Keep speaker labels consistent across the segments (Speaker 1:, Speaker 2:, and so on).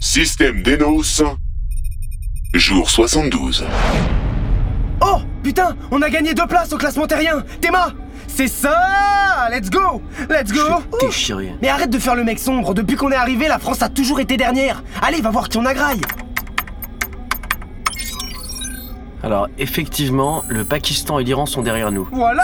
Speaker 1: Système Denos, jour 72.
Speaker 2: Oh Putain On a gagné deux places au classement terrien Théma C'est ça Let's go Let's go
Speaker 3: T'es
Speaker 2: Ouh.
Speaker 3: sérieux
Speaker 2: Mais arrête de faire le mec sombre Depuis qu'on est arrivé, la France a toujours été dernière Allez, va voir qui on agraille
Speaker 3: Alors, effectivement, le Pakistan et l'Iran sont derrière nous.
Speaker 2: Voilà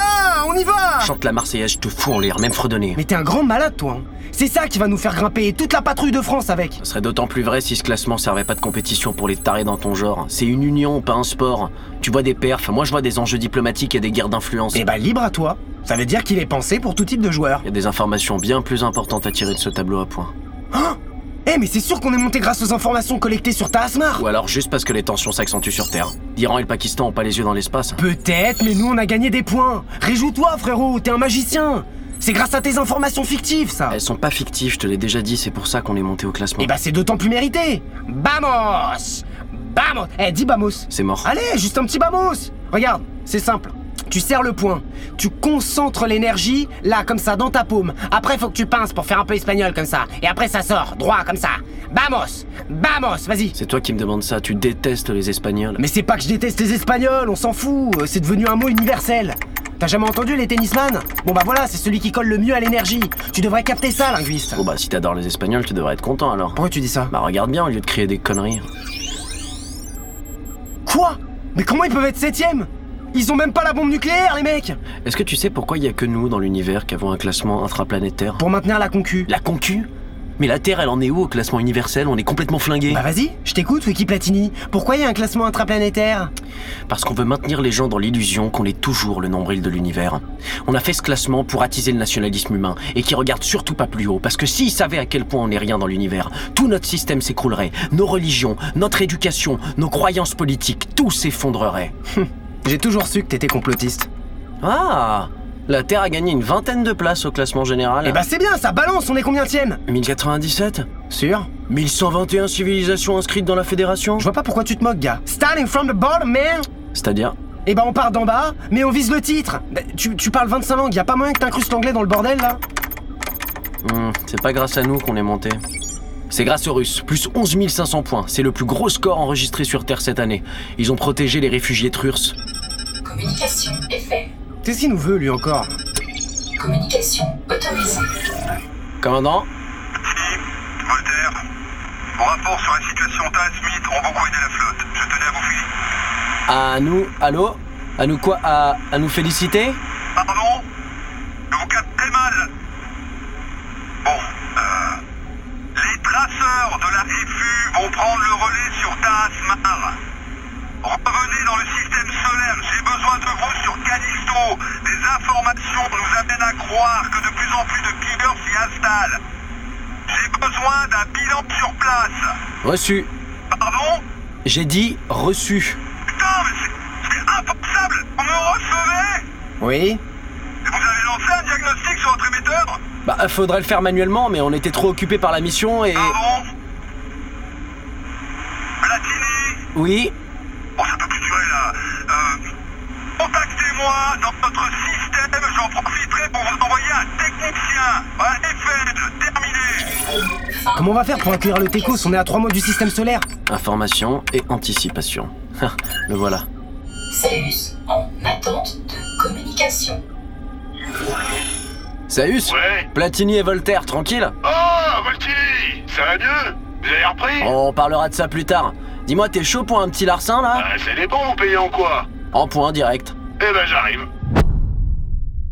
Speaker 2: On y va
Speaker 3: Chante la Marseillaise, je te fous en l'air, même fredonner.
Speaker 2: Ah. Mais t'es un grand malade, toi hein. C'est ça qui va nous faire grimper toute la patrouille de France avec
Speaker 3: Ce serait d'autant plus vrai si ce classement servait pas de compétition pour les tarés dans ton genre. C'est une union, pas un sport. Tu vois des perfs, moi je vois des enjeux diplomatiques et des guerres d'influence.
Speaker 2: Eh
Speaker 3: Il
Speaker 2: bah, libre à toi Ça veut dire qu'il est pensé pour tout type de joueur
Speaker 3: y a des informations bien plus importantes à tirer de ce tableau à points.
Speaker 2: Eh, mais c'est sûr qu'on est monté grâce aux informations collectées sur ta Asmar
Speaker 3: Ou alors juste parce que les tensions s'accentuent sur Terre. L'Iran et le Pakistan ont pas les yeux dans l'espace.
Speaker 2: Peut-être, mais nous on a gagné des points Réjoue-toi, frérot T'es un magicien C'est grâce à tes informations fictives, ça
Speaker 3: Elles sont pas fictives, je te l'ai déjà dit, c'est pour ça qu'on est monté au classement.
Speaker 2: Et bah c'est d'autant plus mérité Vamos Vamos Eh, dis Vamos
Speaker 3: C'est mort.
Speaker 2: Allez, juste un petit Vamos Regarde, c'est simple. Tu serres le poing, tu concentres l'énergie, là, comme ça, dans ta paume. Après, faut que tu pinces pour faire un peu espagnol, comme ça. Et après, ça sort, droit, comme ça. Vamos Vamos Vas-y
Speaker 3: C'est toi qui me demandes ça, tu détestes les Espagnols.
Speaker 2: Mais c'est pas que je déteste les Espagnols, on s'en fout, euh, c'est devenu un mot universel. T'as jamais entendu les tennisman Bon bah voilà, c'est celui qui colle le mieux à l'énergie. Tu devrais capter ça, linguiste.
Speaker 3: Bon bah si t'adores les Espagnols, tu devrais être content alors.
Speaker 2: Pourquoi tu dis ça
Speaker 3: Bah regarde bien au lieu de crier des conneries.
Speaker 2: Quoi Mais comment ils peuvent être septième Ils ont même pas la bombe nucléaire, les mecs
Speaker 3: Est-ce que tu sais pourquoi il y a que nous dans l'univers qui avons un classement intraplanétaire
Speaker 2: Pour maintenir la concu.
Speaker 3: La concu Mais la Terre, elle en est où au classement universel On est complètement flingué.
Speaker 2: Bah vas-y, je t'écoute, Wiki Platini. Pourquoi il y a un classement intraplanétaire
Speaker 3: Parce qu'on veut maintenir les gens dans l'illusion qu'on est toujours le nombril de l'univers. On a fait ce classement pour attiser le nationalisme humain et qui regarde surtout pas plus haut. Parce que s'ils savaient à quel point on est rien dans l'univers, tout notre système s'écroulerait. Nos religions, notre éducation, nos croyances politiques, tout s'effondrerait.
Speaker 2: J'ai toujours su que t'étais complotiste.
Speaker 3: Ah La Terre a gagné une vingtaine de places au classement général.
Speaker 2: Eh bah c'est bien, ça balance, on est combien
Speaker 3: 1097
Speaker 2: Sûr
Speaker 3: 1121 civilisations inscrites dans la Fédération
Speaker 2: Je vois pas pourquoi tu te moques, gars. Starting from the bottom, man
Speaker 3: C'est-à-dire
Speaker 2: Eh ben on part d'en bas, mais on vise le titre Bah, tu, tu parles 25 langues, y a pas moyen que t'incrustes l'anglais dans le bordel là
Speaker 3: Hmm, C'est pas grâce à nous qu'on est monté. C'est grâce aux Russes, plus 11 500 points. C'est le plus gros score enregistré sur Terre cette année. Ils ont protégé les réfugiés trusses.
Speaker 4: Communication effet.
Speaker 2: Qu'est-ce qu'il nous veut lui encore
Speaker 4: Communication autorisée.
Speaker 3: Commandant
Speaker 5: Voltaire, vos rapports sur la situation Tal Smith ont beaucoup aidé la flotte. Je tenais à vous féliciter.
Speaker 3: À nous Allô À nous quoi à, à nous féliciter
Speaker 5: Pardon Je vous capte très mal. Bon, euh, les traceurs de la FU vont prendre le relais sur Taasmar. Revenez dans le système solaire, j'ai besoin de vous sur Callisto. Des informations nous amènent à croire que de plus en plus de killers s'y installent. J'ai besoin d'un bilan sur place.
Speaker 3: Reçu.
Speaker 5: Pardon
Speaker 3: J'ai dit reçu.
Speaker 5: Putain, mais c'est- c'est impensable Vous me recevez
Speaker 2: Oui
Speaker 5: Et Vous avez lancé un diagnostic sur votre émetteur
Speaker 3: Bah faudrait le faire manuellement, mais on était trop occupés par la mission et...
Speaker 5: Pardon Platini
Speaker 3: Oui
Speaker 5: Bon, ça peut plus durer, là. Euh, Contactez-moi dans notre système, j'en profiterai pour vous envoyer un technicien. Voilà, FN, terminé
Speaker 2: Comment on va faire pour accueillir le Técos On est à trois mois du système solaire
Speaker 3: Information et anticipation. Ah, le voilà.
Speaker 4: Céus en attente de communication.
Speaker 3: Saüs
Speaker 6: Ouais
Speaker 3: Platini et Voltaire, tranquille
Speaker 6: Oh, Voltini Ça va mieux Vous avez repris
Speaker 5: Oh.
Speaker 3: On parlera de ça plus tard. Dis-moi, t'es chaud pour un petit larcin là
Speaker 6: Ah, C'est des bons payants, quoi
Speaker 3: En point direct.
Speaker 6: Eh ben, j'arrive.